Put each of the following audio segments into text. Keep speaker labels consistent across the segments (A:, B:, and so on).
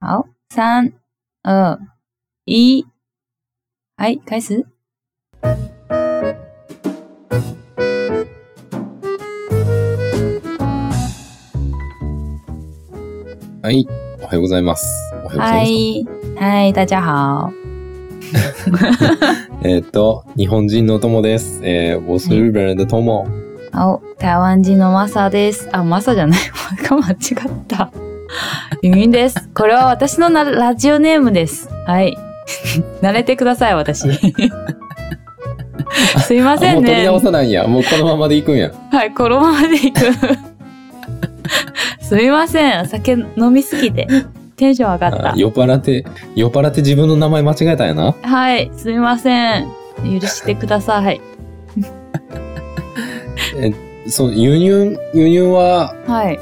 A: 好，三、二、一，はい、開始。
B: はい、おはようございます。おはようござい
A: は
B: ます。
A: い、はい、大家好。
B: えーっと、日本人の友です。えー、我是日本人的友。
A: 好，台湾人のマサです。あ、マサじゃない。 間違った。 ユミンです。これは私のなラジオネームです。はい。 慣れてください、私。 すいませ
B: あも
A: ん
B: う取り
A: ね。
B: 直さないんや。もうこのままでいくんや。
A: はい、このままでいく。 すみません。酒飲みすぎて。テンション上がっ
B: あ酔っ払って、酔っ払って自分の名前間違えたんやな。
A: た。はい、すみません。許してください。
B: そう、輸入、輸入は、
A: はい。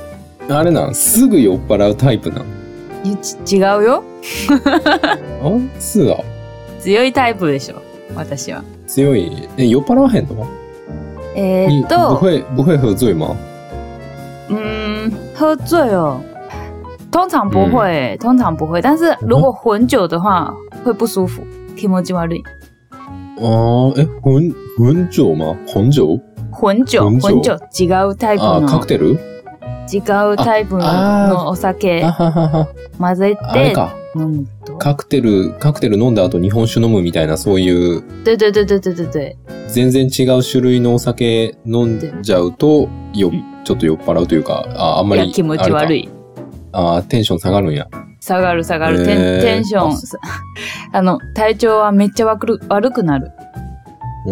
B: あれなん、すぐ酔っ払うタイプなん。
A: いち違うよ。
B: あすが
A: 強いタイプでしょ。私は。
B: 強い。え、酔っ払わへんの
A: え
B: 你
A: ー、っと。
B: 不会、不会喝醉吗
A: 嗯，喝醉哦，通常不会、通常不会。但是如果混酒的话，会不舒服。気持ち悪い。
B: あー、え、混、混酒吗混酒
A: 混酒、
B: 混
A: 混
B: 酒
A: 酒、違うタイプ
B: あー、カ
A: の
B: ク、テル
A: 違うタイプ
B: ああー
A: のお酒
B: あははは。
A: 混ぜ
B: あれ
A: て
B: か。
A: 飲むと。
B: カクテル、カクテル飲んだ後日本酒飲むみたいな、そういう、
A: 对对对对对对对
B: 全然違う種類のお酒飲んじゃうと、よ、ちょっと酔っ払うというか、ああんま
A: い
B: り
A: や、気持ち悪
B: い。
A: い。
B: ああ、テンション下がるんや。
A: 下がる下がる。
B: へー
A: テンテンション
B: あ。
A: あの、体調はめっちゃ悪く悪くなる。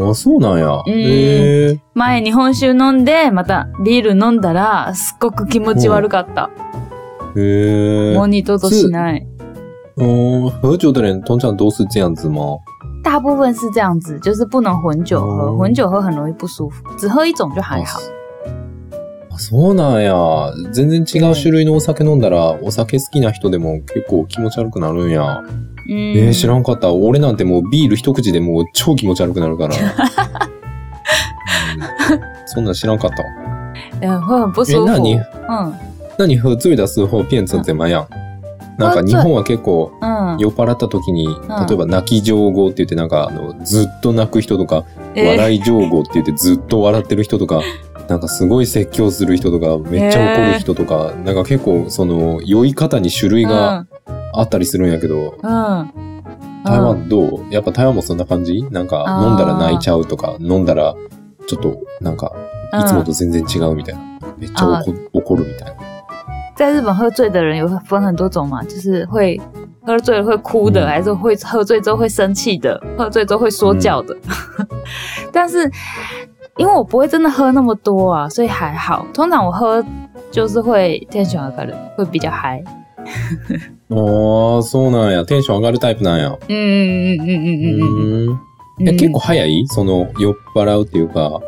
B: あそうなんや。
A: ん
B: へえ。
A: 前日本酒飲んで、またビール飲んだら、すっごく気持ち悪かった。
B: へえ。
A: もう二度としない。
B: 嗯，喝酒的人通常都是这样子吗？
A: 大部分是这样子，就是不能混酒喝，
B: 哦
A: 混酒喝很容易不舒服，只喝一种就还好。
B: あそうなんや。全然違う種類のお酒飲んだら、お酒好きな人でも結構気持ち悪くなるんや。
A: 嗯
B: えー、知らんかった。俺なんてもうビール一口でもう超気持ち悪くな るから。うんそんなん知らんかった。
A: 嗯，会很不
B: え、
A: 舒
B: な
A: 服。
B: に
A: 嗯
B: なに喝醉的时候变成怎么样なんか日本は結構
A: 嗯，
B: 酔っ払った時に、
A: ん
B: 例えば泣き上皇って言ってなんかあの、ずっと泣く人とか、
A: え
B: 笑い上皇って言ってずっと笑ってる人 とか、なんかすごい説教する人とか、めっちゃ怒る人とか、なんか結構その、酔い方に種類が
A: 嗯
B: あったりするんやけど、
A: 嗯
B: 台
A: 嗯，
B: 湾どうやっぱ台湾もそんな感じなんか
A: あー
B: 飲んだら泣いちゃうとか、飲んだらちょっとなんかいつもと全然違うみたいな。めっちゃ怒怒るみたいな。
A: 在日本喝醉的人有分很多种嘛，就是会喝醉了会哭的，
B: 嗯
A: 还是会喝醉之后会生气的，喝醉之后会说教的。 但是因为我不会真的喝那么多啊，所以还好。通常我喝就是会天选而个人会比较嗨。
B: ああ、そうなんや。テンション上がるタイプなんや。
A: 嗯嗯嗯嗯嗯
B: う
A: 嗯嗯
B: ーん。
A: 嗯
B: え、結構早いその、酔っ払うっていうか、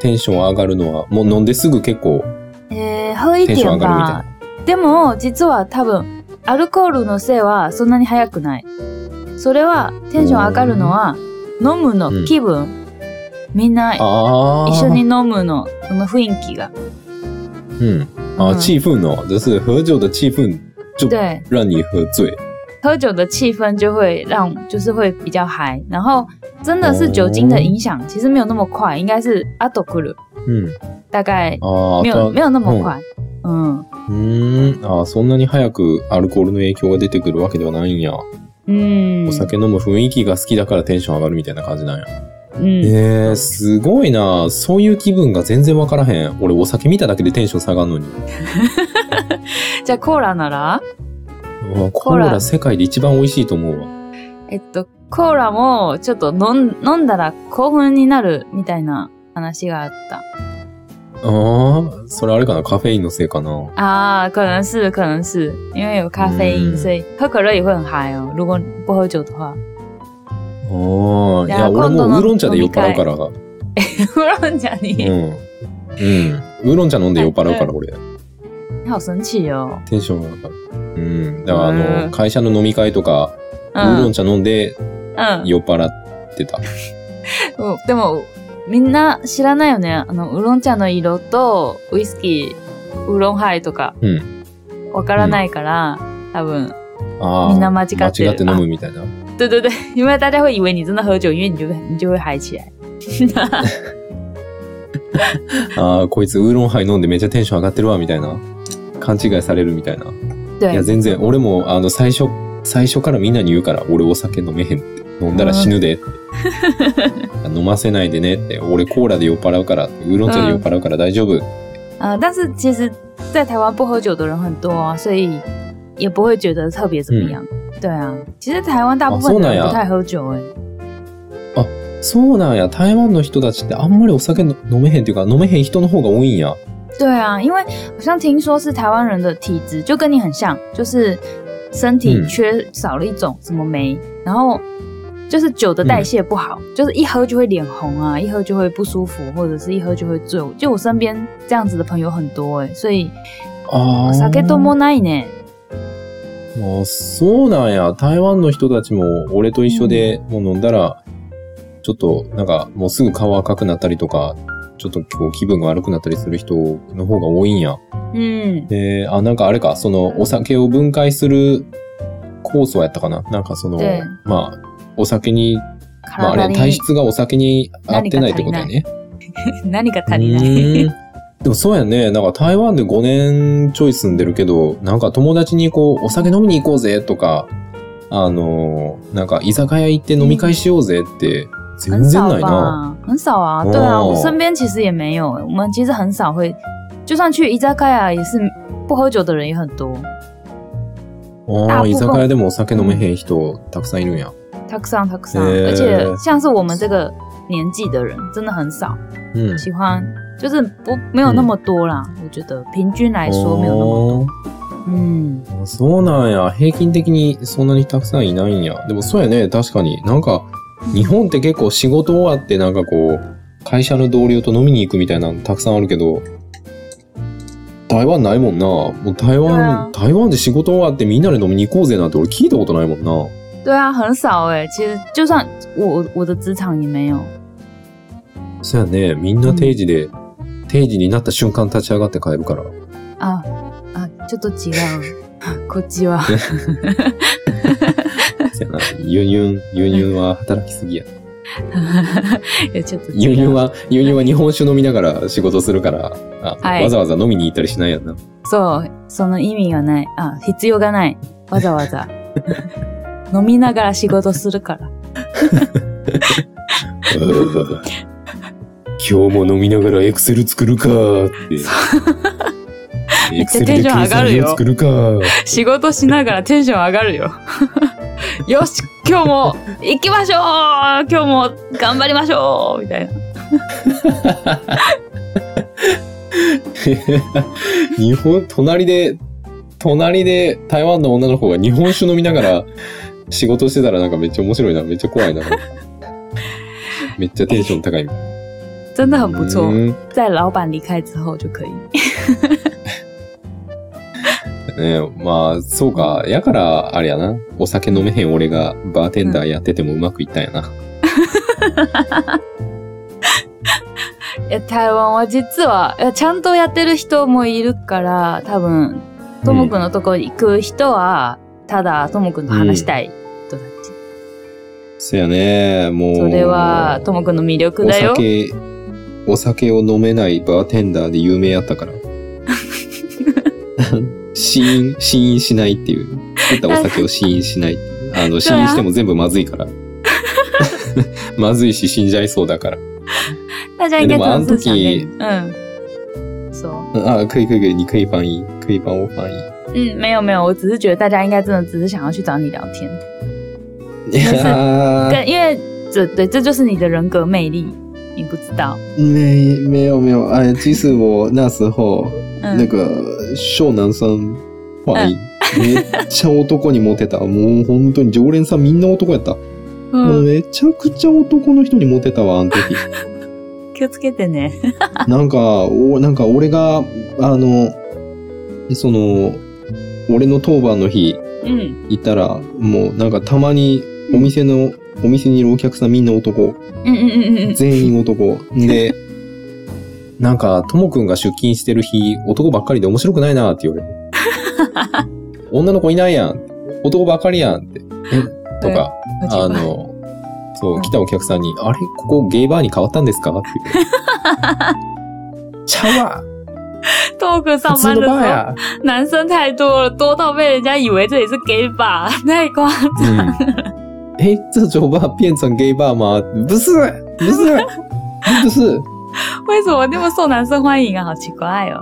B: テンション上がるのは、もう飲んですぐ結構、
A: えー、喝一
B: テンショ
A: 点
B: ン上がるみたい
A: 吧。でも、実は多分、アルコールのせいはそんなに早くない。それは、テンション上がるのは、飲む
B: うん
A: の気分。みんな、一
B: ああ。
A: 緒に。飲むの、その雰囲気が。
B: うん。あ
A: う
B: ー、
A: ん
B: 气氛哦。就是喝酒的气氛就
A: 对，
B: 让你喝醉。
A: 喝酒的气氛就会让，就是会比较嗨。然后，真的是酒精的影响，其实没有那么快，应该是阿斗库鲁，
B: うん。
A: 大概
B: ああ、
A: 没有
B: た
A: 没有那么快。嗯
B: うーん。あーそんなに早くアルコールの影響が出てくるわけではないんや。
A: 嗯
B: お酒飲む雰囲気が好きだからテンション上がるみたいな感じなんや。
A: 嗯，
B: えー、すごいな。そういう気分が全然わからへん。俺、お酒見ただけでテンション下がるのに。
A: じゃあコーラなら？
B: うわコーラ世界で一番美味しいと思うわ。
A: えっと、コーラもちょっと飲ん飲んだら興奮になるみたいな話があった。
B: ああ、それあれかなカフェインのせいかな。
A: 啊，可能是，可能是因为有咖啡因，
B: 嗯
A: 所以喝可乐也会很嗨哦。如果不喝酒的话，
B: ああ、い
A: いや
B: や、俺も
A: 今度
B: う
A: の
B: ウーロン茶で酔っ払うから。う
A: 我乱讲你，
B: ん。うん。ウーロン茶飲んで酔っ払うから、俺。
A: 你好神奇哦。
B: テンションが上がる。うん。だから、あ
A: うん
B: の、会社の飲み会とか、ウーロン
A: 嗯
B: 茶飲んで
A: 嗯，
B: 酔っ払ってた。
A: 我でもみんな知らないよね。あのウーロン茶の色とウイスキー、ウーロンハイとか
B: うん。
A: わからないから、多分
B: あー
A: みんな間違ってる
B: 間違って飲むみたいな。
A: 对对对，因为大家会以为你真的喝酒，因为你就会你就会嗨起来。
B: ああ、こいつウーロンハイ飲んでめっちゃテンション上がってるわ、みたいな。勘違いされるみたいな。い
A: 对
B: や、，全然、俺も、あの、最初、最初からみんなに言うから、俺お酒飲めへんって。飲んだら死ぬでって。飲ませないでねって。俺コーラで酔っ払うから、ウーロン茶で酔っ払うから大丈夫。
A: 呃，但是其实，在台湾不喝酒的人很多啊，所以也不会觉得特别怎么样。对啊，其实台湾大部分
B: 嗯哦そう
A: 的
B: なん
A: 人
B: や
A: 不太喝酒哎、
B: そうなんや。台湾の人たちってあんまりお酒の飲めへんっていうか、飲めへん人の方が多いんや。
A: 对啊，因为好像听说是台湾人的体质就跟你很像，就是身体
B: 嗯
A: 缺少了一种什么酶，然后就是酒的
B: 嗯
A: 代谢不好，就是一喝就会脸红啊，一喝就会不舒服，或者是一喝就会醉。就我身边这样子的朋友很多哎、所以お
B: ああ。
A: 酒ともないね。
B: あそうなんや。台湾の人たちも俺と一緒で、もう飲んだら、ちょっとなんかもうすぐ顔赤くなったりとか、ちょっとこう気分が悪くなったりする人の方が多いんや。
A: 嗯，
B: で、あ、なんかあれか、そのお酒を分解する酵素やったかななんかその
A: ええ、
B: まあ、お酒に、まああ
A: 体
B: れ、
A: に
B: 体質がお酒に合ってないってことやね。
A: 何が足り
B: う
A: ない。
B: ーんでもそうやね。なんか台湾で5年ちょい住んでるけど、なんか友達にこう、お酒飲みに行こうぜとか、あのーなんか居酒屋行って飲み会しようぜって、全
A: 很
B: 然
A: 少
B: ないな。
A: 吧，很少啊，对啊，
B: 哦
A: 我身边其实也没有，我们其实很少会，就算去伊扎卡亚也是不喝酒的人也很多，
B: あ
A: あ
B: あ、居酒屋でもお酒飲めへん人たくさんいるんや。
A: 他上他上，
B: 呃
A: 而且像是我们这个年纪的人真的很少
B: うん。
A: 喜欢，就是不没有那么多啦，我觉得平均来说没有那么，
B: おー
A: 嗯，
B: あそうなんや。平均的にそんなにたくさんいないんや。でもそうやね。確かに。なんか、日本って結構仕事終わってなんかこう、会社の同僚と飲みに行くみたいなのたくさんあるけど、台湾ないもんな。もう台湾、台湾で仕事終わってみんなで飲みに行こうぜなんて俺聞いたことないもんな。
A: 对啊，很少哎、其实就算我我我的职场也没有，
B: そうやね。みんな定時で、定時になった瞬間立ち上がって帰るから。
A: あ、あ、ちょっと違 う。こっちは。
B: そうやな。ユンユン、ユンユンは働きすぎや。
A: いやちょっと
B: ユン
A: 違
B: ユン
A: う。
B: は、ユンユンは日本酒飲みながら仕事するから、あ
A: はい
B: わざわざ飲みに行ったりしないやんな。
A: そう、その意味がない。あ、必要がない。わざわ ざ。飲みながら仕事するから。
B: 今日も飲みながらエクセル作るかって。
A: めっちゃテンション上がるよ
B: Excel で計算表作るか。
A: 仕事しながらテンション上がるよ。 よし、今日も行きましょう今日も頑張りましょうみたいな。
B: 日本、隣で、隣で台湾の女の方が日本酒飲みながら仕事してたらなんかめっちゃ面白いな。めっちゃ怖いな。めっちゃテンション高い。
A: 真的很不错。
B: うん
A: 在老板离开之后就可以。
B: ねまあ、そうか。やから、あれやな。お酒飲めへん俺がバーテンダーやっててもうまくいったんやな。
A: いや台湾は実はいやちゃんとやってる人もいるから、多分、ともくんのとこ行く人は、ただともくんと話したい人たち。
B: そやね。もう。
A: それは、ともくんの魅力だよ
B: お。酒、お酒を飲めないバーテンダーで有名やっ たから。試飲、試飲しないっていう。作ったお酒を試飲しないっていう。あの、試飲しても全部まずいから。 まずいし死んじゃいそうだから。
A: 大家应该都是想
B: で
A: 念
B: も。
A: 嗯，说，
B: あ、可以可以可以、你可以翻译。可以帮我翻译。
A: 嗯，没有没有，我只是觉得大家应该真的只是想要去找你聊天，
B: いや
A: 跟因为这对这就是你的人格魅力，你不知道，
B: ー、没、没有没有。あ、其实我那时候、
A: 嗯，
B: 那个少男さんはいめっちゃ男にモテた。もう本当に常連さんみんな男やった。もう
A: 嗯，
B: めちゃくちゃ男の人にモテたわ、あの 時。
A: 気をつけてね。
B: なんか、おなんか俺が、あの、その、俺の当番の日
A: 嗯
B: 行ったら、もうなんかたまにお店の、お店にいるお客さんみんな男。
A: 嗯嗯嗯嗯嗯，
B: 全員男。で、なんか、ともくんが出勤 してる日、男ばっかりで面白くないなって言われる。女の子いないやん。男ばかりやんって。え
A: 嗯
B: とか、あ
A: 間違いない
B: の、そう、来たお客さんに、あれここゲイバーに変わったんですかって 言う。ちゃうわ
A: トーク上
B: 普通
A: 班的时
B: のバー
A: 候，
B: や
A: 男生太多了，多到被人家以为这里是 gay bar，太 夸张。
B: 嗯，哎，这酒吧变成 gay bar 吗？不是，不 是，不是。
A: 为什么那么受男生欢迎啊？好奇怪哦。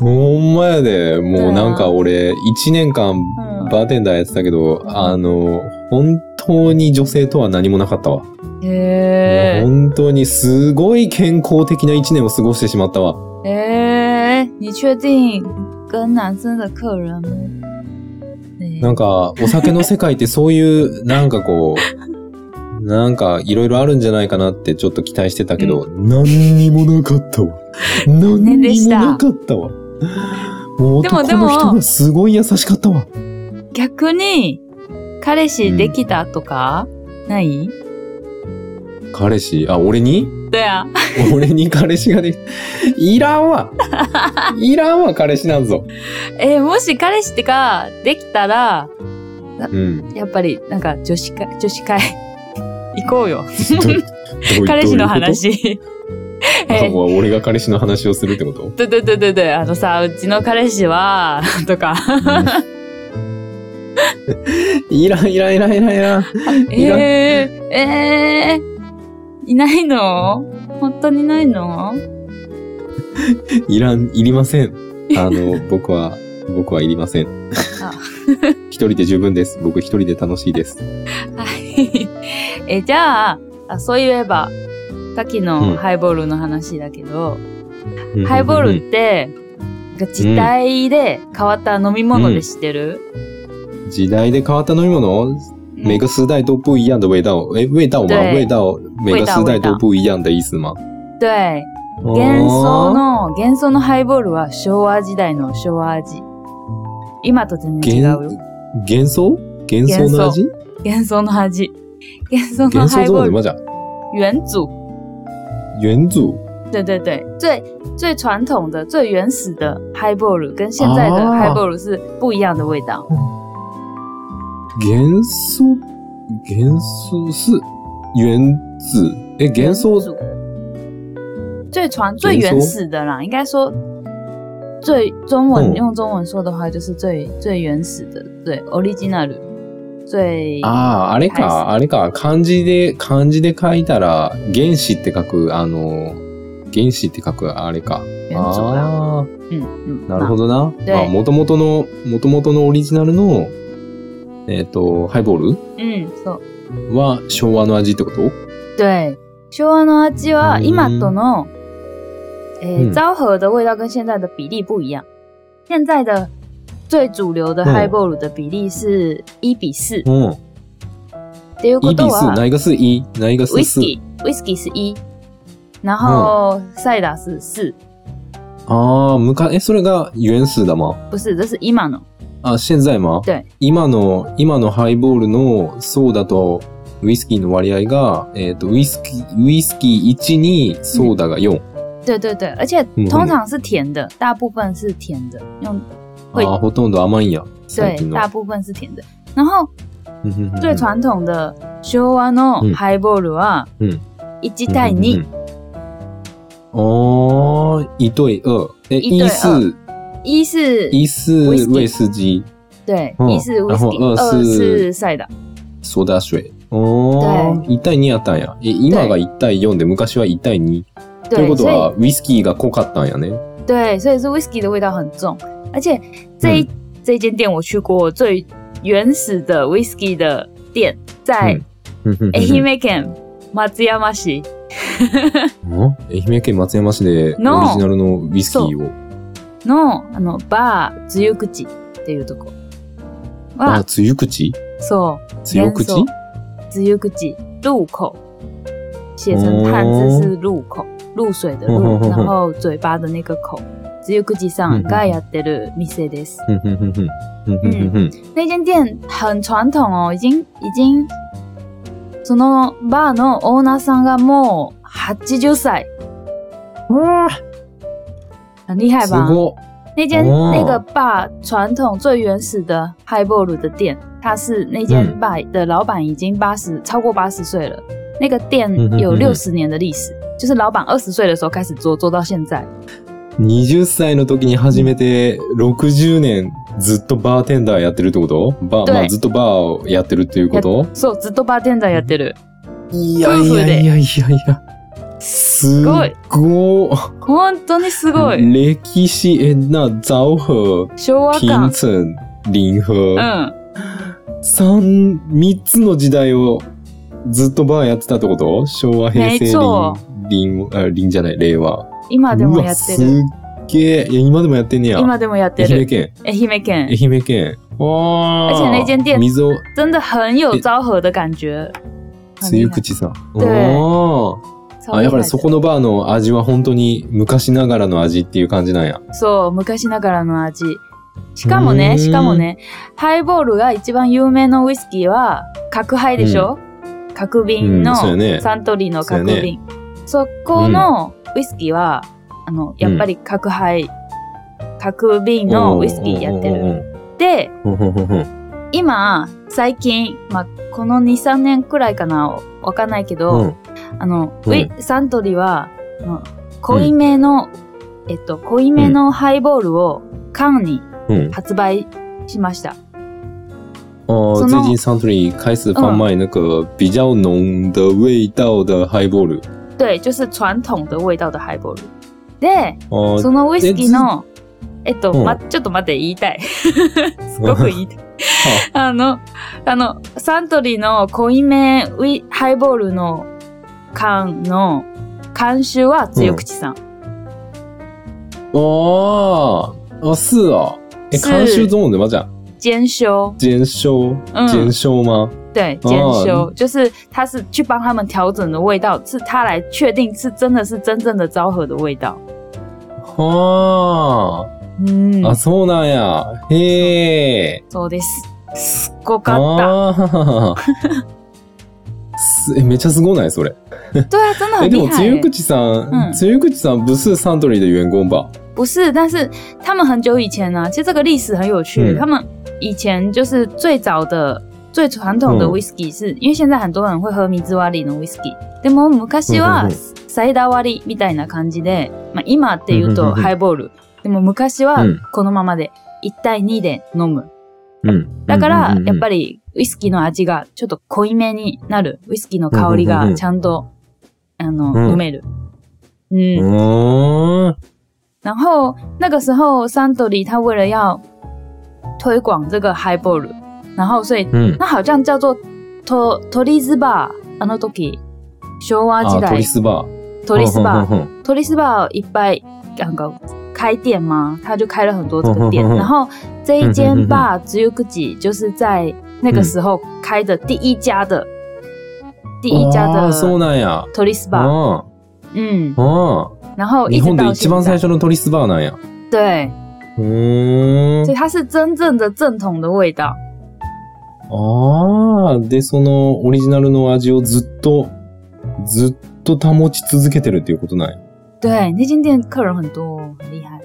B: ほんまやで、もうなんか俺、一年間
A: ん
B: バーテンダーやってたけど、
A: ん
B: あの、本当に女性とは何もなかったわ。
A: へ
B: もう本当にすごい健康的な一年を過ごしてしまったわ。
A: ええ，你确定跟男生的客人吗？え
B: なんか、お酒の世界ってそう いう、なんかこう、なんかいろいろあるんじゃないかなってちょっと期待してたけど、何にもなかったわ。何
A: 念で
B: に
A: し
B: も
A: た
B: なかったわ。もう
A: でも
B: 男
A: でも
B: の人がすごい優しかったわ。
A: 逆に彼氏できたとか、ない？
B: 彼氏、あ、俺に
A: 对啊，
B: 俺に彼氏ができた。いら んわ。いらんわ、彼氏なんぞ。
A: えーもし彼氏ができたら
B: うん。
A: やっぱりなんか女子会女子会行こうよ。
B: どどういう
A: 彼氏の。
B: ど
A: 話。
B: ういう
A: え
B: ことあ俺が彼氏の話をするって こと
A: 对对对对对，あのさ、うちの彼氏は、 とか。
B: いらん、いらん、いらん、いらん、いらん。いらん
A: えー、えー、いないの本当にないの
B: いらん、いりません。あの、 僕は、僕はいりません
A: あ。
B: 一人で十分です。僕一人で楽しいです。
A: はい。え、じゃあ、あそういえば、さっき
B: うん
A: のハイボールの話だけど、ハイボールって、なんか時代で変わった飲み物で知ってる、
B: 時代で変わった飲み物每个时代都不一样的味道。え、味道吗
A: 对
B: 味道、每个时代都不一样的意思吗
A: 对。幻想の、幻想のハイボールは昭和時代の昭和味。今と全然違うよ。
B: 幻想幻想の味
A: 幻想の味。幻想の
B: 幻
A: ハ
B: 想
A: イ
B: 中
A: ボー
B: 文怎
A: ル。
B: 么讲？
A: 元祖。
B: 原祖
A: 对对对，最最传统的、最原始的 high ball 跟现在的
B: 哦
A: high ball 是不一样的味道。
B: 元素元素是原子え元素
A: 祖最传最原始的啦，应该说最中文、
B: 嗯
A: 用中文说的话，就是最最原始的，对 original 最
B: あああれ
A: は
B: かあれか漢字で漢字で書いたら原子って書くあの原子って書くあれか
A: 原祖啦。
B: あ
A: 嗯嗯，
B: あなるほどな
A: 对
B: あ元々の元々のオリジナルのえっ、とハイボー
A: 嗯，そう。
B: ルは昭和の味ってこと
A: 对，昭和の味は
B: 嗯
A: 今との、诶、
B: 嗯
A: 昭和的味道跟现在的比例不一样。现在的最主流的
B: 嗯
A: highball 的比例是一比四、
B: うん
A: っていうこ
B: 一
A: と
B: 比四
A: は
B: 哪一个是一哪一个是四
A: whisky whisky 是一，然后サイダー是四，
B: ああ、昔、え、それが原数だま。
A: 不是，这是今の。
B: あ、現在ま。
A: 对
B: 今の、今のハイボールのソーダとウイスキーの割合が、えっ、と、ウイスキー、ウイスキー1にソーダが4。
A: 对对对，而且
B: 嗯
A: 通常是甜的，大部分是甜的，用はい
B: ああ、ほとんど甘いんや。
A: 对
B: 最近，の。
A: 大部分是甜的。然后
B: うんうんうん
A: 最传统的哦昭和の
B: 嗯
A: highball は
B: 嗯
A: 一対二。
B: うんうんうんああ、一对二。え、
A: 一
B: 一
A: 对
B: 四、
A: 一是，
B: 嗯一四
A: 威士忌
B: 威士忌、
A: 对，
B: 嗯
A: 一是
B: 然后
A: whisky，
B: 二
A: 二
B: 是
A: 是赛的，
B: ソーダ水。おー、1対2やったんや。え、今が1対4で昔は1対2。と
A: 对，
B: いうこ
A: 所
B: とは、
A: 以
B: ウイスキーが濃かったんやね。
A: 对，所以是 whisky 的味道很重，而且这一、
B: 嗯
A: 这一间店我去过，最原始的 whisky 的店在
B: 嗯うんうんうん
A: 愛媛県松山市，
B: ん愛媛県松山市でオリジ
A: の
B: ナルのウイスキーを。
A: のあのバーつゆ口っていうとこ
B: あ、
A: は、
B: つゆ口
A: そう
B: つゆ口
A: 元つゆ口入口，写成汉字是入口，入水的
B: 嗯
A: 入
B: 嗯嗯，嗯
A: 然后嘴巴的那个口。つゆ口さんがやってる店です。
B: ふんふんふんふんふんふんふんふん
A: 那间店很传統哦，已经已经そのバーのオーナーさんがもう80歳，很厉害
B: す
A: 吧？
B: ごっ
A: 那间
B: 哦
A: 那个 bar 传统最原始的 high ball 的店，他是那间
B: 嗯
A: bar 的老板已经八十超过八十岁了，那个店
B: 嗯哼
A: 有
B: 嗯哼
A: 六十年的历史，就是老板二十岁的时候开始做，做到现在。
B: 20歳の時に始めて60年ずっとバーテンダーやってるってことバー、
A: 对
B: まあ、ずっとバーをやってるっていうこと
A: そう、ずっとバーテンダーやってる。
B: いやいやいやいやいや。す
A: ごい
B: ご
A: 本当にすごい。
B: い。歴史、え、な、昭和、
A: 昭和
B: 平
A: 感。嗯
B: 成、林
A: う
B: 和。
A: ん。
B: 三、三つの時代をずっとバーやってたってこと昭和、平
A: ね
B: 成、
A: そ
B: 林、林、あ、林じゃない、令和。
A: 今でも
B: う
A: や
B: わ
A: って
B: すっ
A: る。
B: げえ。いや、今でもやってんねや。
A: 今でもやって
B: 愛媛
A: る。
B: 県。
A: 愛媛県。
B: 愛媛県。わー。
A: 而且那间店
B: 溝、
A: 真的很有昭和的感觉。很
B: 露
A: 厉害
B: 口さん。
A: で
B: おー。
A: 超
B: あ、
A: 厉害
B: だから
A: 的
B: そこのバーの味は本当に昔ながらの味っていう感じなんや。
A: そう、昔ながらの味。しかもね、
B: うん
A: しかもね、ハイボールが一番有名のウイスキーは、角ハイでしょ、角瓶
B: う
A: の
B: ん、そうやね
A: サントリーの角
B: そうや
A: 瓶。そこのウイスキーは、あの、やっぱり角ハイ、角瓶のウイスキーやってる。
B: る。
A: で、
B: ふんふんふんふん
A: 今、最近、まあ、この2、3年くらいかな、わかんないけど、
B: うん
A: あの、
B: うん
A: ウィサントリーは、あの濃いめの、えっと、濃いめのハイボールを缶に
B: うん。
A: 発売しました。
B: 哦，
A: その
B: 最近 Suntory 开始贩卖那个比较浓的味道的 highball。
A: 对、就是传统的味道的ハイボール。で、
B: 哦，
A: そのウイスキーの、えっと、
B: うん
A: ま、ちょっと待って、言いた い。すごく言いたい。 あの、あの、サントリーの濃いめウィハイボールの缶の監修は強口さん。
B: 哦，哦是哦，哎，
A: 是
B: 康修中文怎么讲？
A: 兼修。
B: 兼修，
A: 嗯
B: 兼修吗？
A: 对，
B: 哦
A: 兼修、就是他是去帮他们调整的味道，是他来确定是真的是真正的昭和的味道。
B: 哦，
A: 嗯，
B: 啊，そうなんや。へえ。
A: そうです。すっごかった。
B: ああー。すえめっちゃすごないそれ。
A: 对啊，真的
B: 哎，
A: 很
B: で
A: 厉
B: も
A: 害
B: つゆ
A: 耶、
B: 口さん
A: 嗯，
B: つゆ口さん不是 Suntory 的员工吧？
A: 不是，但是他们很久以前呢、其实这个历史很有趣。
B: 嗯
A: 他们以前就是最早的、最传统的
B: 嗯
A: whisky 是、因为现在很多人会喝水割りの whisky。でも昔は
B: 嗯嗯
A: サイダー割りみたいな感じで、まあ、今っていう
B: うんうん
A: と
B: うんうん
A: ハイボール。でも昔は
B: うん
A: このままで1対2で飲む。
B: うん。
A: だから、やっぱ
B: り。
A: り、ウイスキーの味がちょっと濃いめになる。ウイスキーの香り
B: うんうんう
A: が
B: ん
A: ちゃんと、あの、
B: うん
A: 飲める。う。
B: うんーん。
A: 然后、那个时候、サントリー他为了要推广这个 high ball，然后所以、
B: うん。
A: 那好像叫做ト、トリズバー、あの
B: 啊
A: 時、昭和時
B: あ、ト
A: 代、
B: リスバー。
A: トリスバー、
B: うんうん
A: トリスバーいっぱい、なんか、呃开店吗？他就开了很多这个店
B: 嗯哼哼，哼
A: 然后这一间
B: 嗯哼哼
A: bar 只有自己就是在那个时候开的第一家的，
B: 嗯哦
A: 第
B: うん
A: 一家
B: あーそ
A: 的
B: うなんや。
A: トリスバー，
B: あ
A: 嗯，
B: あ。
A: 然后一
B: 日
A: 直
B: 本で
A: 到
B: 一
A: 现
B: 番最
A: 在，
B: 初のトリスバーなんや。
A: 对，
B: うー
A: 所
B: ん。
A: 以它是真正的正统的味道，
B: ああ。で、そのオリジナルの味をずっと、ずっと保ち続けてるっていうことなんや。
A: 对，那间店客人很多，很厉害，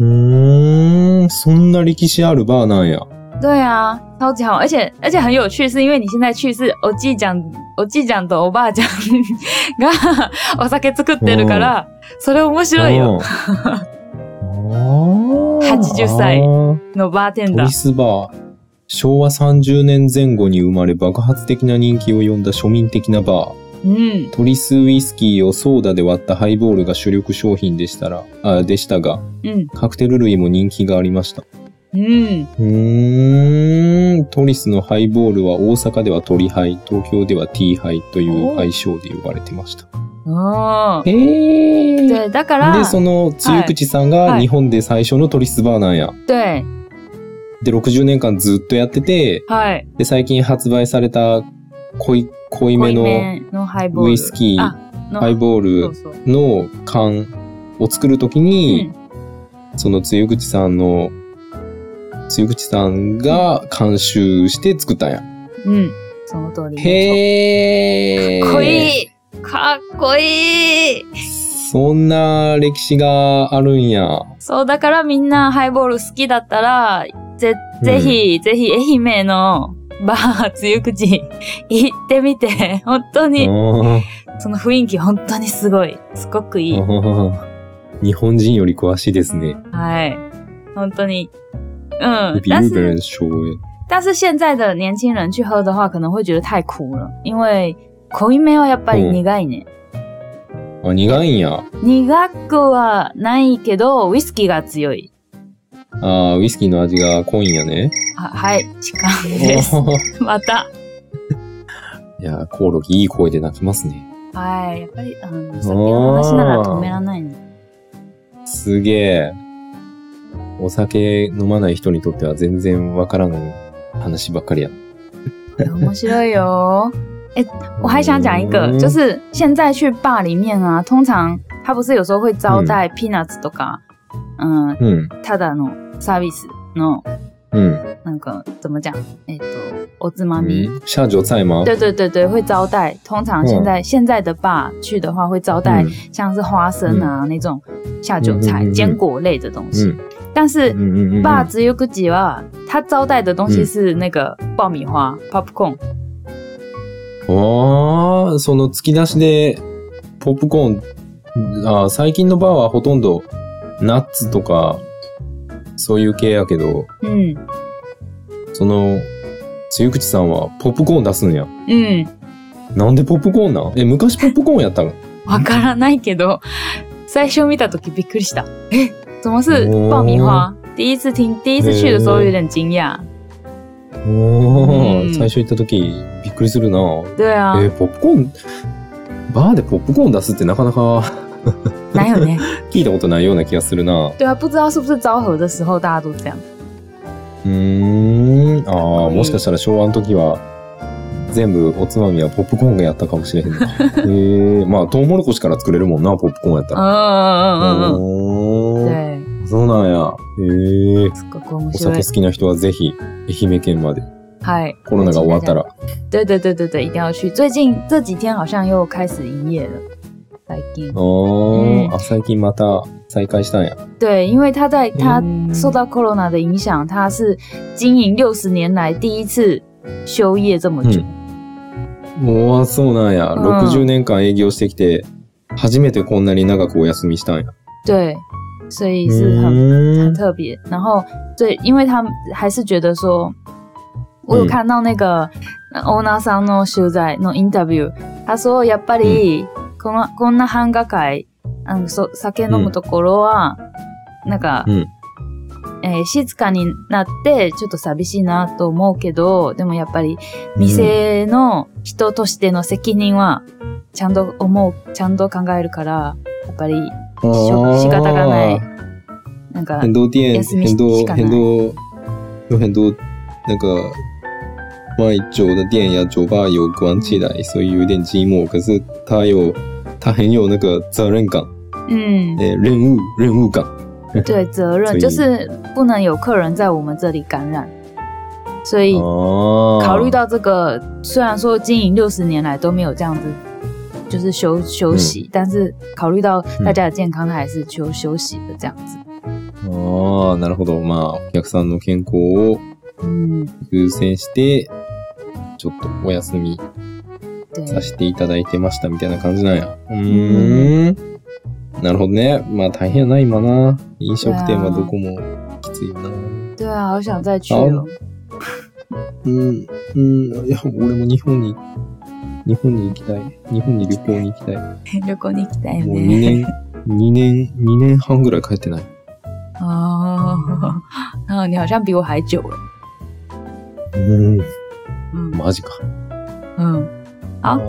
B: うーん。そんな歴史あるバーなんや。
A: 对啊，超级好，而且而且很有趣，是因为你现在去是おじいちゃん、おじいちゃんとおば あちゃんがお酒作ってるから、それ面白いよ。
B: うん。
A: 80
B: あー
A: 歳
B: あー
A: のバーテン
B: ト
A: ダ
B: リ
A: ー。
B: スバー。昭和30年前後に生まれ爆発的な人気を呼んだ庶民的なバー。
A: うん。
B: トリスウイスキーをソーダで割ったハイボールが主力商品でしたら、あでしたが、
A: うん。
B: カクテル類も人気がありました。
A: うん。
B: うーん、トリスのハイボールは大阪ではトリハイ、東京ではティーハイという愛称で呼ばれてました。
A: おー
B: へー。で、
A: 对，だから、
B: その、つゆ口さんが
A: はい
B: 日本で最初のトリスバーなんや。
A: 对、
B: で、60年間ずっとやってて、
A: はい。
B: で、最近発売された濃い、濃い
A: 濃
B: め
A: い
B: の
A: めのハイボール。
B: ウイスキー、
A: あの
B: ハイボー
A: そう
B: ル
A: そう。
B: の缶を作るときに、その、つゆ口さんの、つゆ口さんが監修して作ったんや。
A: うん。うん。その通り。
B: へー。
A: かっこいいかっこいい
B: そんな歴史があるんや。
A: そう、だからみんなハイボール好きだったら、ぜ、ぜひ、ぜひ愛媛の バー強口行ってみて、本当
B: う
A: に、
B: ん
A: その雰囲気本当にすごい、すごくいい。
B: 日本人より詳しいですね。
A: はい。本当に。嗯，
B: 比
A: 但
B: 日本
A: 是
B: 人说耶。
A: 但是现在的年轻人去喝的话，可能会觉得太苦了，因为口音没有やっぱり苦いね。
B: あ、苦いんや。
A: 苦くはないけど、ウイスキーが強い。
B: あーウイスキーの味が濃いんやね。
A: は、はい、時間です。 また。
B: いやー、コオロギいい声で鳴きますね。
A: はい、やっぱり、あの、酒の話なら止めらないね。
B: すげえ。お酒飲まない人にとっては全然わからん話ばっかりや。
A: いや哎面白い
B: 哦
A: よ。我还想讲一个，
B: 嗯
A: 就是现在去 bar 里面啊，通常他不是有时候会招待 peanuts とか、嗯，
B: うん、
A: ただのサービスの
B: うん。
A: 那个怎么讲？哎、欸，おつまみ。
B: シャージョサイマ
A: 对对对对，会招待。通常现
B: 哦
A: 在、现在的 bar 去的话，会招待
B: 嗯
A: 像是花生啊、那种下酒菜、
B: 嗯嗯嗯嗯
A: 坚果类的东
B: う
A: 西。
B: ん。
A: 但是
B: うんうんうん。
A: bar 只有个几啊，他招待的东西是那个爆米花、popcorn。
B: ああ、その突き出しで、ポップコーン、あー最近のバーはほとんど、ナッツとか、そういう系やけど、
A: 嗯
B: その、つゆくちさんはポップコーン出すんや。
A: 嗯，
B: なんでポップコーンなんえ、昔ポップコーンやったの
A: わからないけど、 最初見た時びっくりした。 え、怎么是爆米花？第一次听，第一次去的时候有点惊讶。
B: お
A: うん
B: ー、最初行った時、びっくりするな。
A: 对啊，
B: えーポップコーン、バーでポップコーン出すってなかなか
A: 哪有呢？
B: 聞いたことないような気がするな。
A: 对啊，不知道是不是昭和的时候大家都这样。
B: うーん、ああ、もしかしたら昭和の時は、全部おつまみはポップコーンがやったかもしれへん な。ええまあ、トウモロコシから作れるもんな、ポップコーンやった
A: 嗯
B: ら。
A: 嗯嗯
B: お
A: 嗯
B: ー
A: 嗯，
B: そうなんや。ええ
A: 对，すごく面
B: お
A: 白
B: 酒
A: い。
B: 好きな人はぜひ、愛媛県まで。
A: 嗨，
B: コロナが終わったら。
A: 对对对对对，一定要去。最近这几天好像又开始营业了，最近。
B: お
A: うん
B: ー、あ、最近また再開したんや。
A: 对，因为他在他
B: うん
A: 受到 corona 的影响，他是经营六十年来第一次休业这么久。
B: おー、そうなんや。
A: うん
B: 60年間営業してきて、初めてこんなに長くお休みしたんや。
A: 对，所以
B: う
A: 是很
B: ー
A: 很
B: ん
A: 特别。然后对，因为他们还是觉得说，我有看到那个呃オーナーさんの取材のインタビュー、他说やっぱりこのこんな繁華街、あのそ酒飲むところはなんか
B: うん。
A: えー静かになってちょっと寂しいなと思うけど、でもやっぱり店の人としての責任はちゃんと思う、ちゃんと考えるから、やっぱり仕方がない
B: あー
A: なんか
B: 変動店、
A: 休み
B: 変
A: し
B: 動、
A: かない
B: 変動、有很多那个卖酒的店呀、酒吧有关起来，所以有点寂寞。可是他有，他很有那个责任感，
A: うん。
B: 诶、任务任务感。
A: 对，责任
B: 所以
A: 就是不能有客人在我们这里感染，所以
B: 哦
A: 考虑到这个，虽然说经营六十年来都没有这样子，就是休休息，但是考虑到大家的健康，他还是休休息的这样子。
B: ああ、なるほど。まあ、お客さんの健康を
A: 嗯，
B: 優先して、ちょっとお休み
A: 对，
B: させていただいてましたみたいな感じなんや。うーん。なるほどね。まあ大変やな、今な。飲食店はどこもきついよな。
A: 对啊，好想再去 哦。
B: うん、うん。いや、俺も日本に、日本に行きたい。日本に旅行に行きたい。
A: 旅行に行きたいよ
B: もう2
A: ね。
B: 年、2年、2年半ぐらい帰ってない。
A: 哦， 嗯，你好像比我还久哎。
B: うん。
A: 嗯
B: マジか。
A: 嗯，あ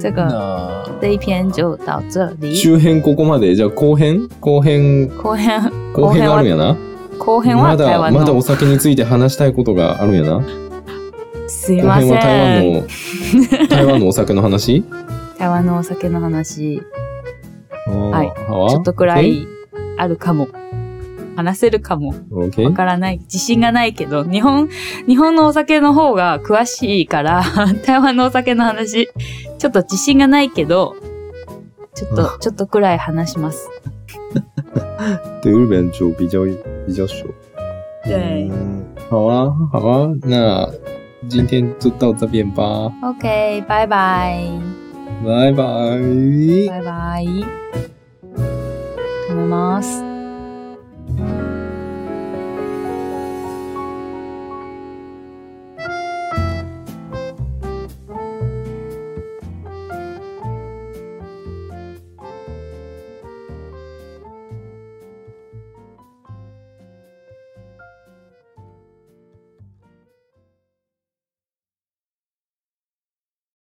A: 这个
B: なあ
A: 这一篇就到这里。
B: 周辺ここまで。じゃあ後編後編、
A: 後編
B: 後編があるんやな。
A: 後編
B: ま
A: は台
B: だ、
A: 湾
B: まだお
A: の。
B: 酒について話したいことがあるんやな。
A: すい
B: 後
A: ませ
B: 編は
A: ん。
B: 台湾 の、台湾のお酒の 話
A: 台湾のお酒の話、ちい
B: はい。
A: ょっとくら
B: OK？
A: いあるかも。話せるかも。わ
B: OK？
A: からない。自信がないけど、日本、日本のお酒の方が詳しいから、 台湾のお酒の話、ちょっと自信がないけど、ちょっと、ちょっとくらい話します。
B: 对日本酒比较比较熟。
A: 对
B: 嗯，好啊，好啊，那今天就到这边吧，
A: OK，拜拜，
B: 拜拜。
A: 拜拜。止めます。